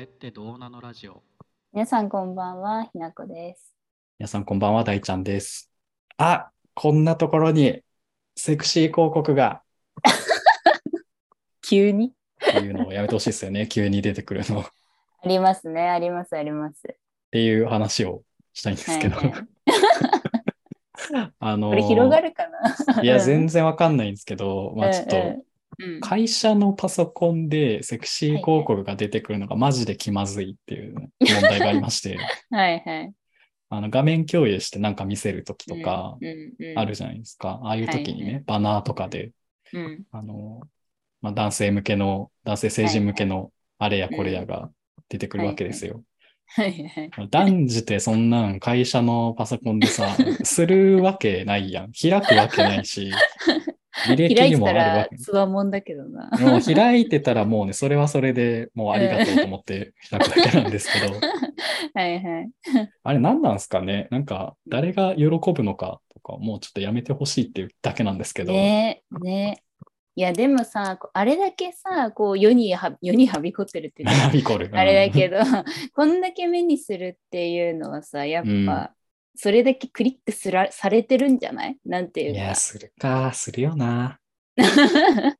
ってどうなのラジオ。皆さんこんばんは、ひなこです。皆さんこんばんは、大ちゃんです。あ、こんなところにセクシー広告が急にっていうのをやめてほしいですよね。 急に出てくるのっありますね、あります、あります。ていう話をしたいんですけど。はいはい あのーこれ広がるかないや、然全然わかんないんですけど、まあちょっと、うん会社のパソコンでセクシー広告が出てくるのがマジで気まずいっていう問題がありま して、はいはい。あの画面共有してなんか見せるときとかうんうんあるじゃないですか。ああいう時にはいはね、バナーとかでうんあの、まあ、男性向けの、男性成人向けのあれやこれやが出てくるわけですよ。はいはい。断じてそんなん会社のパソコンで さ、するわけないやん。開くわけないし、 履歴開にいてもたあるわらけ。つわもんだけどな。もう開いてたらもうね、それはそれでもうありがとうと思って開くだけなんですけ ど、はいはい。あれ何なんすかねなんか誰が喜ぶのかとか、もうちょっとやめてほしいっていうだけなんですけど、ねねいやでもさ、こうあれだけさ、こう世には世にはびこってるっていうか ナビコル。あれだけど。ど、 こんだけ目にするっていうのはさ、やっぱ、うんそれだけクリックすらされてるんじゃないなんていいうや、か。するか、するよな。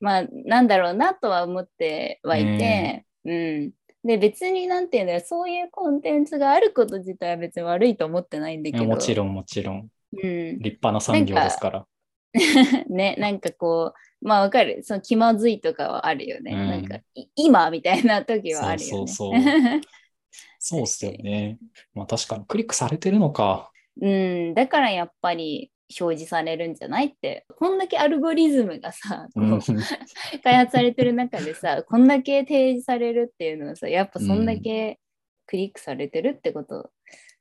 まあ、なんだろうなとは思ってはいて、うん。で、別になんていうんだろう、そういうコンテンツがあること自体は別に悪いと思ってないんだいけやど。もちろん、もちろん。うん、 立派な産業ですから。ね、なんかこう、まあわかる、その気まずいとかはあるよね。うんなんか、い今みたいな時はあるよね。そうそうそそうっすよね。まあ確かにクリックされてるのか。 うん、だからやっぱり表示されるんじゃないってこんだけアルゴリズムがさ、こう、うん開発されてる中で さこんだけ提示されるっていうのはさやっぱそんだけクリックされてるってこと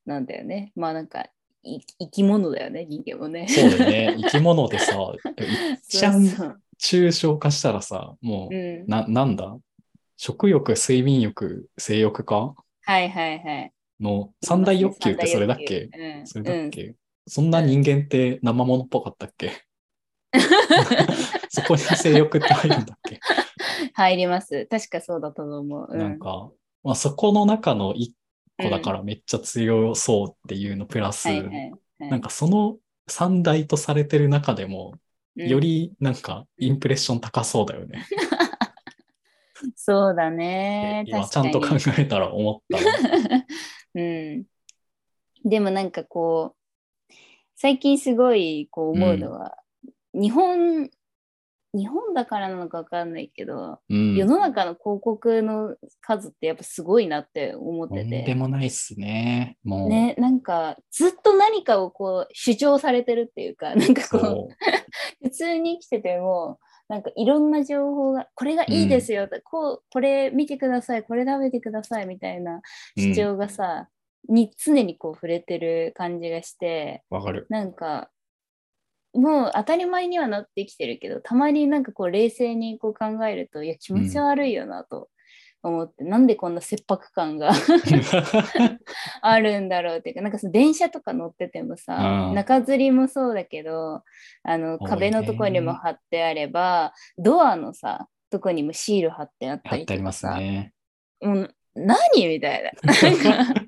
なんだよね、まあなんかい生き物だよね人間もねそうだよね。生き物でさ、一ちゃんそうそう抽象化したらさ、もうう、ん、な、なんだ食欲、睡眠欲、性欲かはいはいはいの三大欲求ってそれだっけ、そ三れ大欲求だっけ、そんな人間って生物っぽかったっけ そこに性欲って入るんだっけうん、入ります確かそうだと思う、う、なんか、まあ、そこの中の一個だかららめっちゃ強そうっていうのプラス、うんはいはいはいなんかその三大とされてる中でも、うんよりなんかインプレッション高そうだよね。そうだね今確ちゃかんにと考えたら思 った。うん、でもなんかこう最近すごいこう思うのは、日本日本だからなのか分かんないけど、うん。世の中の広告の数ってやっぱすごいなって思っとてんでて、もないっすね。もう。ね、なんかずっと何かをこう主張されてるっていうか なんかそこうう普通に生きててもなんかいろんな情報がこれがいいですよ、とこうこれ見てくださいこれ食べてくださいみたいなうん主張がさ、に常にこう触れてる感じがしてわ かる。なんかもう当たり前にはなってきてるけどたまになんかこう冷静にこう考えるといや気持ち悪いよなと思って、なんでこんな切迫感が あるんだろうっていうかなんかその電車とか乗っててもさ、うん中吊りもそうだけどあの多いね壁のとこにも貼ってあればドアのさとこにもシール貼ってあったやっりとてありかますさ、ね。もう何みたいな。なんか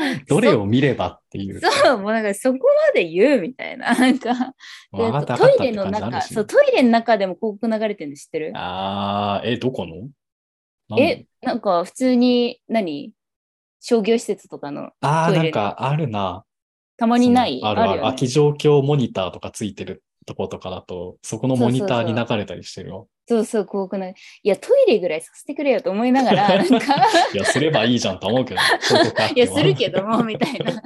どれを見ればっていう。そう、もうなんかそこまで言うみたいな。 なんか、わかったトわかっイたっレての感じあ中、るしそう、。トイレの中でも広告流れてるの知ってるあー、え、どこのなんえ、なんか普通に、何商業施設とかの、あー、トイなレんかあるな。たまにないそのあるある。よ空きね。状況モニターとかついてるとことかだと、そこのモニターにそうそう流れたりしてるよ。そうそう、広告流れ。いや、トイレぐらいさせてくれよと思いなが ら、なんか、いや、すればいいじゃんと思うけど、広告あ っいてや、もするけども、みたい な。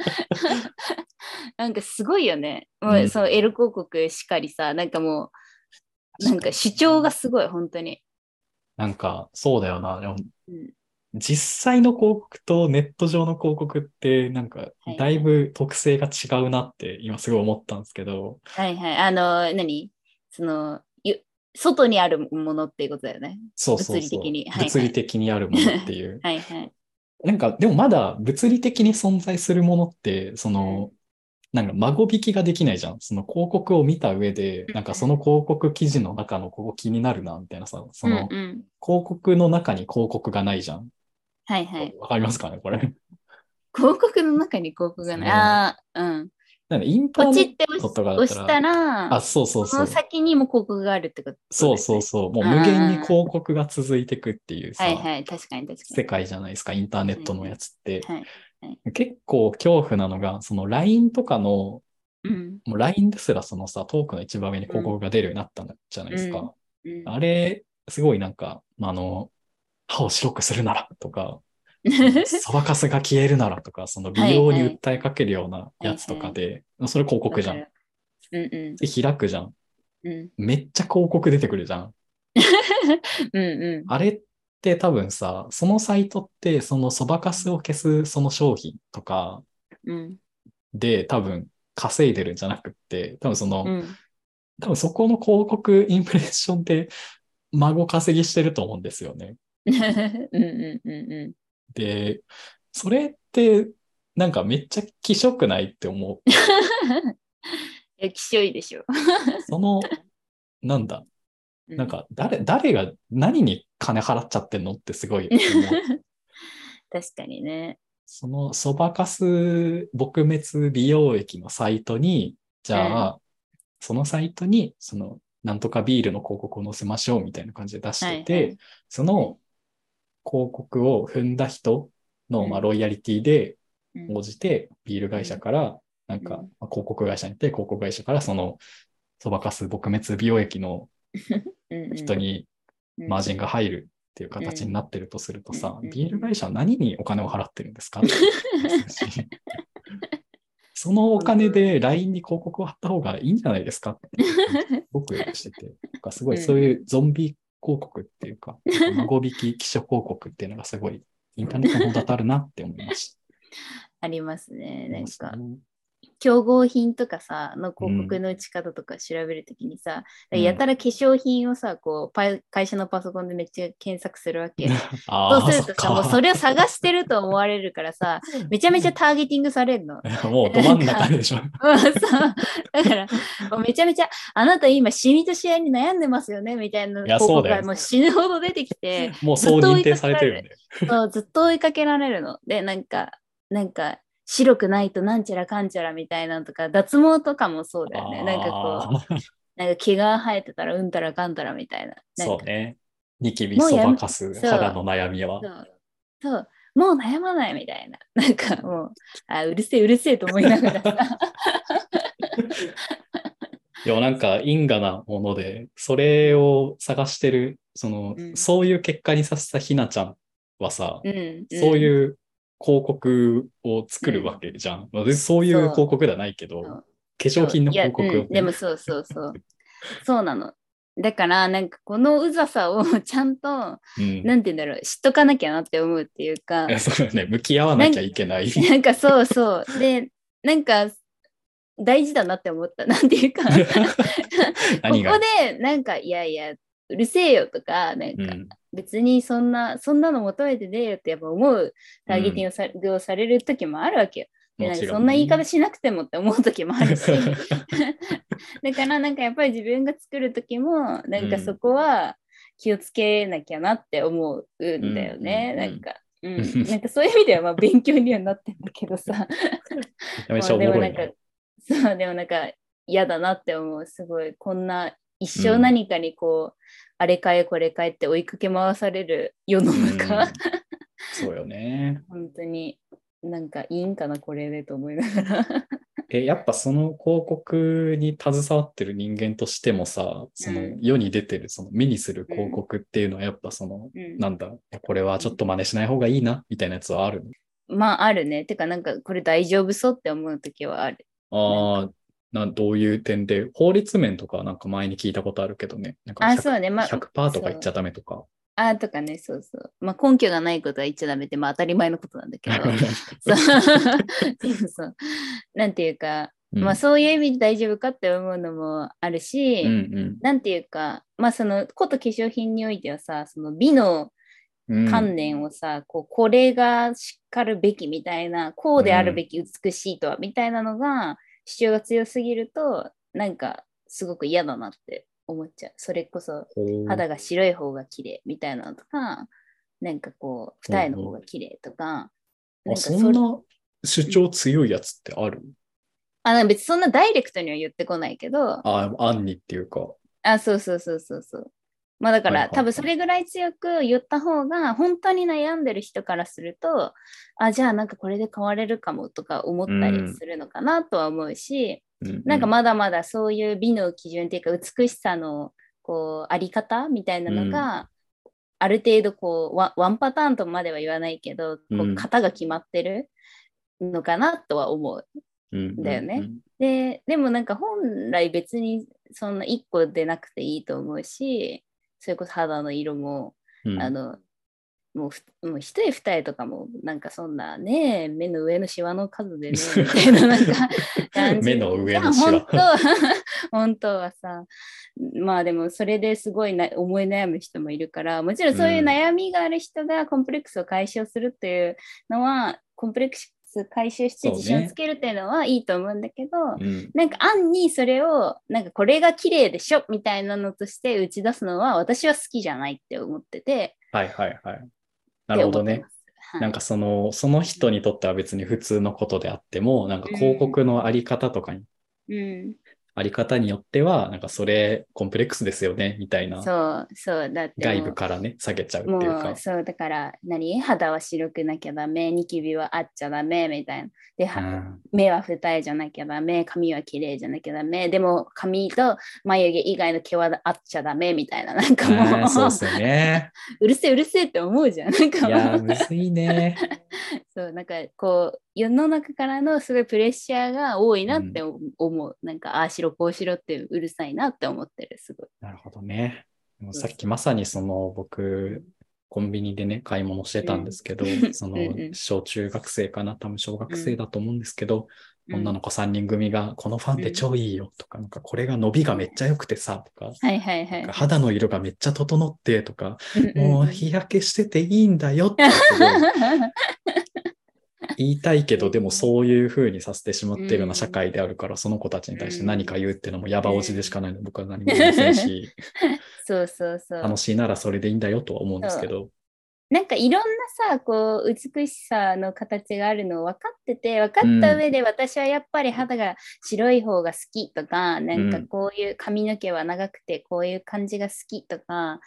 なんかすごいよね。もう、うんそう、エロ広告しかりさ、なんかもう、なんか主張がすごい、本当に。なんか、そうだよな。でもうん実際の広告とネット上の広告って、なんかはい、だいぶ特性が違うなって、今すごい思ったんですけど、はいはい。あの、何その、ゆ外にあるものっていうことだよね。そうそうそう。物理的にはいはい。物理的にあるものっていうはいはい。なんか、でもまだ物理的に存在するものって、その、なんか孫引きができないじゃん。その広告を見た上で、なんかその広告記事の中のここ気になるな、みたいなさ、そのうんうん広告の中に広告がないじゃん。はいはい。わかりますかね、これ。広告の中に広告がない。そうああ、うん。なんでインターポネチッって押しトとかだ押したら、あ、そうそうそそのう。先にも広告があるってことですね、そうそうそう。もう無限に広告が続いてくっていうさ、はいはい、確かに確か世に。界じゃないですか、インターネットのやつって。はい。結構恐怖なのが、その LINE とかの、うん。もう LINE ですらそのさ、トークの一番上に広告が出るようになったんじゃないですか。うんあれ、すごいなんか、あの、歯を白くするならと か、そばかすが消えるならとか、その美容に訴えかけるようなやつとかで、それ広告じゃん。わかるうんうで、開くじゃん。ん。うんめっちゃ広告出てくるじゃん。うんうん。あれって多分さ、そのサイトって、そのそばかすを消すその商品とかうんで多分稼いでるんじゃなくって、多分その、うん。多分そこの広告インプレッションって孫稼ぎしてると思うんですよね。うんうんうんうん。で、それってなんかめっちゃ気色ないって思う。 いや、きしょいでしょ。その、 なんだ、うなん、か誰、誰が何に金払っちゃってんのってすごい思 う。確かにね。そのそばかす撲滅美容液のサイトに、じゃあ、そのサイトに、その、なんとかビールの広告を載せましょうみたいな感じで出してて、はいはいその広告を踏んだ人の、うんまあ、ロイヤリティでうん応じて、ビール会社から、なんか、うんまあ広告会社に行って、広告会社からその、そばかす撲滅美容液のうんうん人にマージンが入るっていう形になってるとするとさ、ビール会社は何にお金を払ってるん ですかって話だしそのお金で LINE に広告を貼った方がいいんじゃないですかって僕してて、なんかすごいそういうゾンビ広告ってい うか、孫引き記者広告っていうのがすごいインターネットの方だとあるなって思いましありますね。た。なんか、競合品とかさの広告の打ち方とか調べるときにさ、うんやたら化粧品をさこうパイ会社のパソコンでめっちゃ検索するわけ。 あそうあ、すそるとっかさもうそれを探してると思われるから さめちゃめちゃターゲティングされるの。 もうど真ん中でしょ。うんそうだからもうめちゃめちゃあなた今シミとシワに悩んでますよねみたいないや広告そうだがよもう死ぬほど出てきてもうそう認定されてるよね。そうずっと追いかけられるの。でなんかなんか白くないとなんちゃらかんちゃらみたいなのとか脱毛とかもそうだよね。なんかこうあーなんか毛が生えてたらうんたらかんたらみたいな。なんそかうね。ニキビ、もうそやめばかす、そう肌の悩みは。そうそうもう悩まないみたいな。 なんかもう、あうるせえうるせえと思い ながらさ。でもなんか因果なもので、それを探してる、その、うんそういう結果にさせたひなちゃんはさ、うんうん、そうう。いう広告を作るわけじゃん。まあ別にそういうそう広告ではないけど、そう化粧品の広告をいやうんでもそうそうそう。そうなの。だから、なんかこのうざさをちゃんと、うんなんて言うんだろう、知っとかなきゃなって思うっていうかい、や そうだね、向き合わなきゃい けない。 なんかそうそう。で、なんか、大事だなって思った。なんていうか、 何がここで、なんか、いやいや、うるせえよとか、なんか、うん別にそんな、そんなの求めてねえよってやっぱ思うターゲティングをさ,、される時もあるわけよ。でもなんちかろそんな言い方ねしなくてもって思う時もあ るし。だからなんかやっぱり自分が作る時も、なんかそこは気をつけなきゃなって思うんだよね。うんうんうんなんか。うん、なんかそういう意味ではまあ勉強にはなってんだけどさ。めちゃめまあでちゃおももろないんかね。、そう、でもなんか嫌だなって思う。すごい、こんな一生何かにこう、あれかえこれかえって追いかけ回される世の中、うんそうよね。 本当になんかいいんかな、これでと思いな がら。え、やっぱその広告に携わってる人間としてもさ、そのうん世に出てる、その目にする広告っていうのはやっぱその、うんなんだ、いやこれはちょっと真似しない方がいいな、みたいなやつはあるまああるね。てかなんかこれ大丈夫そうって思う時はある。のああ、な、どういう点で、法律面とかはなんか前に聞いたことあるけどね、なんかあ、 100そうね。まあ、 100%とか言っちゃダメとか。あとかね、そうそう。まあ根拠がないことは言っちゃダメって、まあ当 たり前のことなんだけど。そう そうそう。なんていうか、うんまあそういう意味で大丈夫かって思うのもあるし、うんなんていうか、まあそのこと化粧品においてはさ、その美のうん。観念をさ、こうこれがしっかるべきみたいな、こうであるべき美しいとは、みたいなのが主張が強すぎると、なんかすごく嫌だなって思っちゃう。それこそうん、肌が白い方が綺麗みたいなのとか、なんかこう、二重の方が綺麗とか、なんあかそそんれな主張強いやつってあるあ、なんか別にそんなダイレクトには言ってこないけど、あ、案にっていうか。あ、そうそうそうそうそう。まあだから、はいはい多分それぐらい強く言った方が、本当に悩んでる人からすると、あ、じゃあなんかこれで変われるかもとか思ったうりんするのかなとは思うし、ううなんかまだまだそういう美の基準っていうか、美しさのこう、あり方みたいなのが、ある程度こうワン、ワンパターンとまでは言わないけど、こううん型が決まってるのかなとは思う。うんだよね。ででもなんか本来別にそんな1個でなくていいと思うしそれこそ肌の色も、うんうんうんあのもうふもう一重二重とかもなんかそんなね目の上のシワの数でねみたい ななんか感じ目の上のシワいや本当 本当はさまあでもそれですごいな思い悩む人もいるからもちろんそういう悩みがある人がコンプレックスを解消するっていうのは、コンプレックス回収して自信をつけるっていうのはいいと思うんだけど、うんなんか案にそれをなんかこれが綺麗でしょみたいなのとして打ち出すのは私は好きじゃないって思ってて。はいはいはい。なるほどってね思っ。てます。なんかかその、その人にとっては別に普通のことであっても、なんか広告のあり方とかに、うん、あり方によっては、なんかそれコンプレックスですよね、みたいな。そうそうだって外も部うからね、下げちゃうっていうもかう。そうだから何肌は白くなきゃダメニキビはあっちゃダメみたいなで、はうん目は二重じゃなきゃダメ髪は綺麗じゃなきゃダメでも髪と眉毛以外の毛はあっちゃダメみたいななんかもうあーそうっすよね。 うるせえうるせえって思うじゃんなんいかもうやー、むずいね。そうなんかこう世の中からのすごいプレッシャーが多いなって思う、なんかああしろこうしろってうるさいなって思ってるすごい。なるほどね。でもそうさっきまさにその僕、コンビニでね、買い物してたんですけど、うんそうのんうん小中学生かな、多分小学生だと思うんですけど、うん女の子3人組が、このファンデ超いいよとか、なんかこれが伸びがめっちゃ良くてさ、とか、はいはいはなんいか。肌の色がめっちゃ整ってとか、うんうんもう日焼けしてていいんだよってすごい言いたいけど、でもそういう風にさせてしまってるよううなん社会であるから、その子たちに対して何か言うってのもヤバおじでしかないので、僕は何も言いませんし。 そうそうそう楽。しいならそれでいいんだよとは思うんですけど。なんかいろんなさこう美しさの形があるのを分かってて分かった上で私はやっぱり肌が白い方が好きとか、なんかこういう髪の毛は長くてこういう感じが好きとか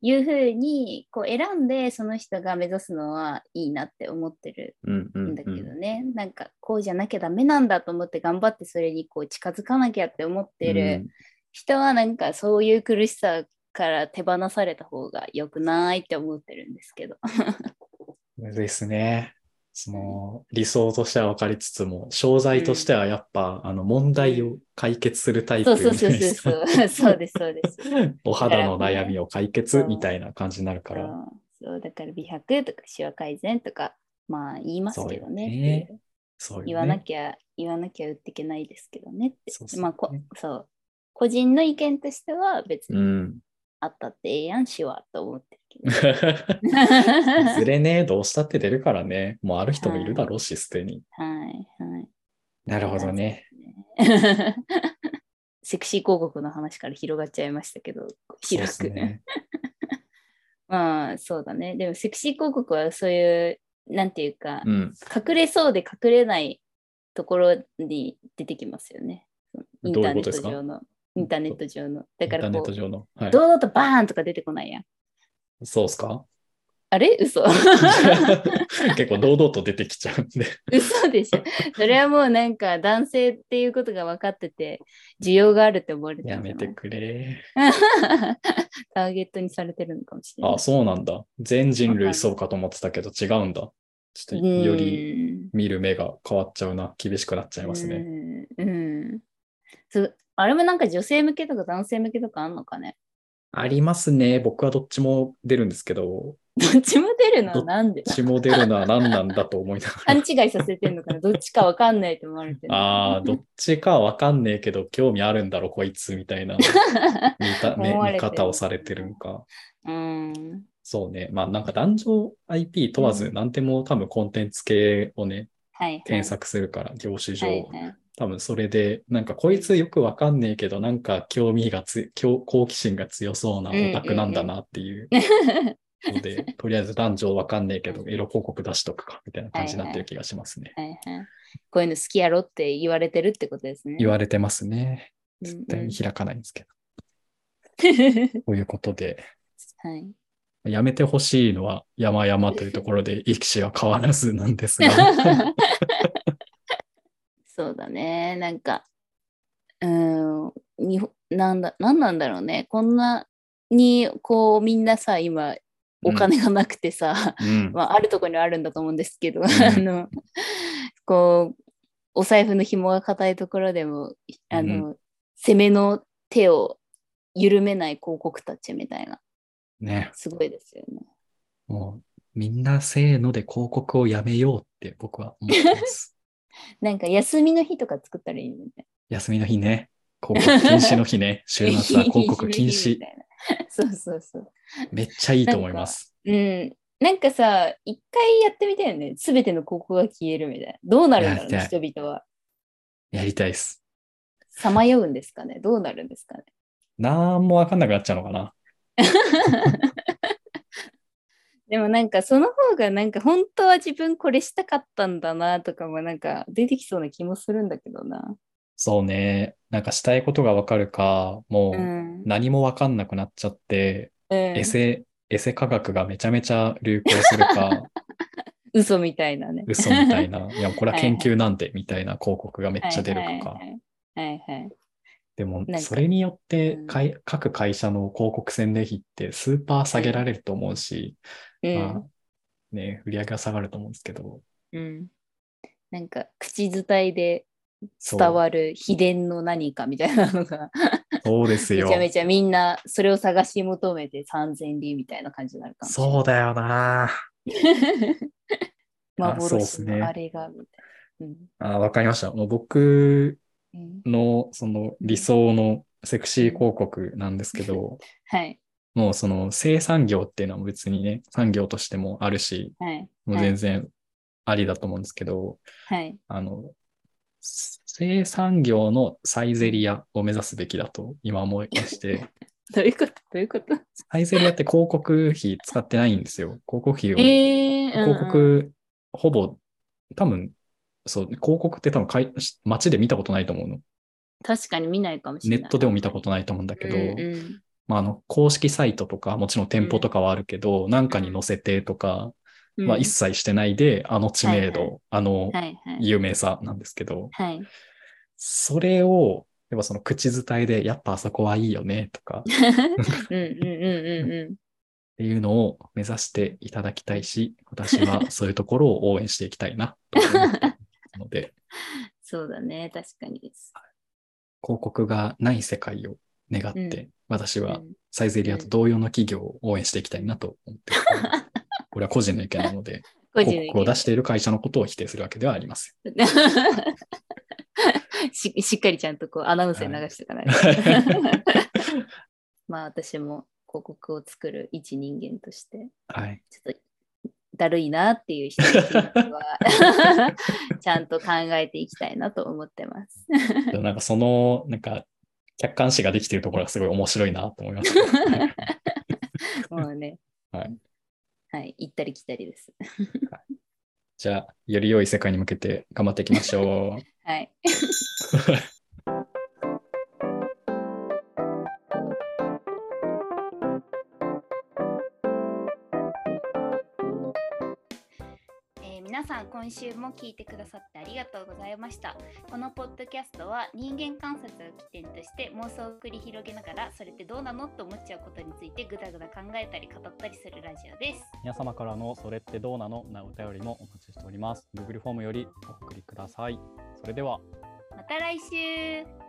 いうふうにこう選んでその人が目指すのはいいなって思ってるうんうんんだけうどんね、なんかこうじゃなきゃダメなんだと思って頑張ってそれにこう近づかなきゃって思ってる人はなんかそういう苦しさから手放された方が良くないって思ってるんですけど。うんですね。その理想としては分かりつつも、商材としてはやっぱ、あの問題を解決するタイプそうみたそういそうですそうそうそうですそうです。 お肌の悩みを解決みたいな感じになる かそら。うそうだから美白とかシワ改善とかまあ言いますけどねそうよねっていうそう言よわなね。きゃ言わなきゃ売っていけないですけどねってそうそうまあこそう個人の意見としては別うに ん。あったってええやんシワと思って るずけど。はいれね、どうしたって出るからね。もうある人もいるだろうし、すでに。はい。 なるほどね。セクシー広告の話から広がっちゃいましたけどそうで広すく。ね。 まあそうだね。でもセクシー広告はそういう、なんていうか、うん。隠れそうで隠れないところに出てきますよね。インターネット上の。インターネット上の。だインかターらネこットう、上の。はい。堂々とバーンとか出てこないやん。そうっ すかあれ嘘 結構堂々と出てきちゃうんで。嘘でしょ。それはもうなんか男性っていうことが分かってて、需要があるって思われてやるんじめゃなてい。くれ。ターゲットにされてるのかもしれない。あ、そうなんだ。全人類そうかと思ってたけど違うんだ。ちょっとよりり見る目が変わっちゃうな。厳しくなっちゃいますうね。ん、うんそうあれもなんか女性向けとか男性向けとかあんのかね ありますね。僕はどっちも出るんですけど、どっちも出るのはなんでどっちも出るのは何なんだと思いなが 勘ら。違いさせてんのかなどっちかわかんないと思われてるのああ、どっちかわかんねえけど、興味あるんだろ、こいつ、みたいな見た目思われてる見方をされてるんか。 うんそうね。まあなんか男女 IP 問わず、うんなんでも多分コンテンツ系をね、はいはい検索するから、業種上。はいはい多分それで、なんかこいつよくわかんねえけど、なんか興味がつ、興好奇心が強そうなオタクなんだなっていう ので、とりあえず男女わかんねえけど、エロ広告出しとくか、みたいな感じになってる気がしますね。はい はい、こういうの好きやろって言われてるってことですね。言われてますね。うんうん絶対に開かないんですけど。ということで、 はい。やめてほしいのは山々というところで、意識は変わらずなんです が。 そうだね。なんか、うーん、日本なんだ、なんなんだろうね。こんなに、こう、みんなさ、今、お金がなくてさ、うん。まあ、あるとこにはあるんだと思うんですけど、あんの、こう、お財布の紐が硬いところでも、あの、攻めの手を緩めない広告たちみたいな、ね。すごいですよね。もう、みんなせーので広告をやめようって僕は思ってます。なんか、休みの日とか作ったらいいよね。休みの日ね。広告禁止の日 ね。週末は広告禁止み。たいな。 そうそうそう。めっちゃいいと思います。うん。なんかさ、一回やってみたいよね。すべての高校が消えるみたいな。どうなるんだろうやねり、た人々は。やりたいです。さまようんですかね。どうなるんですかね。なんもわかんなくなっちゃうのかな。でもなんかその方がなんか本当は自分これしたかったんだなとかもなんか出てきそうな気もするんだけどな。そうね。なんかしたいことがわかるか、もう。うん何もわかんなくなっちゃって、うんエ、セ、エセ科学がめちゃめちゃ流行す るか、嘘みたいなね。嘘みたいな、いや、これは研究なんで、みたいな広告がめっちゃ出るはいとか。はいはい。はいはい。でもん、かそれによってうんかい、各会社の広告宣伝費ってスーパー下げられると思うし、うんま。あ、ね、売り上げが下がると思うんですけど、うん。なんか口伝いでそう伝わる秘伝の何かみたいなのが。そうですめよち。ゃめちゃみんなそれを探し求めて3000里みたいな感じになるかもしれない。そうだよな。 そうっ幻すねのあれがみたいな。うんあわかりました。もう僕うんのその理想のセクシー広告なんですけど、はいもうその生産業っていうのは別にね、産業としてもあるし、はいもう全然ありだと思うんですけど、はい。あの、生産業のサイゼリアを目指すべきだと今思いまして、どういうことどういうことサイゼリアって広告費使ってないんですよ。広告費を。えー、広うんうん告、ほぼ、多分、そう、広告って多分かい、街で見たことないと思うの。確かに見ないかもしネれない。ットでも見たことないと思うんだけど、うんうんまあ、あの、公式サイトとか、もちろん店舗とかはあるけど、なんかに載せてとかうんは一切してないで、あの知名はい度、あのはいはい。有名さなんですけど、 はい、それを、やっぱその口伝えで、やっぱあそこはいいよね、とか、っうんうんうんうんうん。ていうのを目指していただきたいし、私はそういうところを応援していきたいな、と思ったので、そうだね、確かにです。広告がない世界を願って、う私はうんサイゼリアと同様の企業を応援していきたいなと思ってます、これは個人の意見なので、 個人の広意見告を出している会社のことを否定するわけではありません。 ししっかりちゃんとこうアナウンスで流していかないと。 まあ私も広告を作る一人間として、はい。ちょっとだるいなっていう人の気持ち はちゃんと考えていきたいなと思ってます。でもなんかその、なんか、客観視ができているところがすごい面白いなと思い ました。もうね、はい、はい、行ったり来たりです。じゃあ、より良い世界に向けて頑張っていきましょう。はい。 えー皆さん今週も聞いてくださってありがとうございましたこのポッドキャストは人間観察を起点として妄想を繰り広げながらそれってどうなのと思っちゃうことについてぐだぐだ考えたり語ったりするラジオです皆様からのそれってどうなのなお便りもお待ちしております。Google フォームよりお送りください。それでは。また来週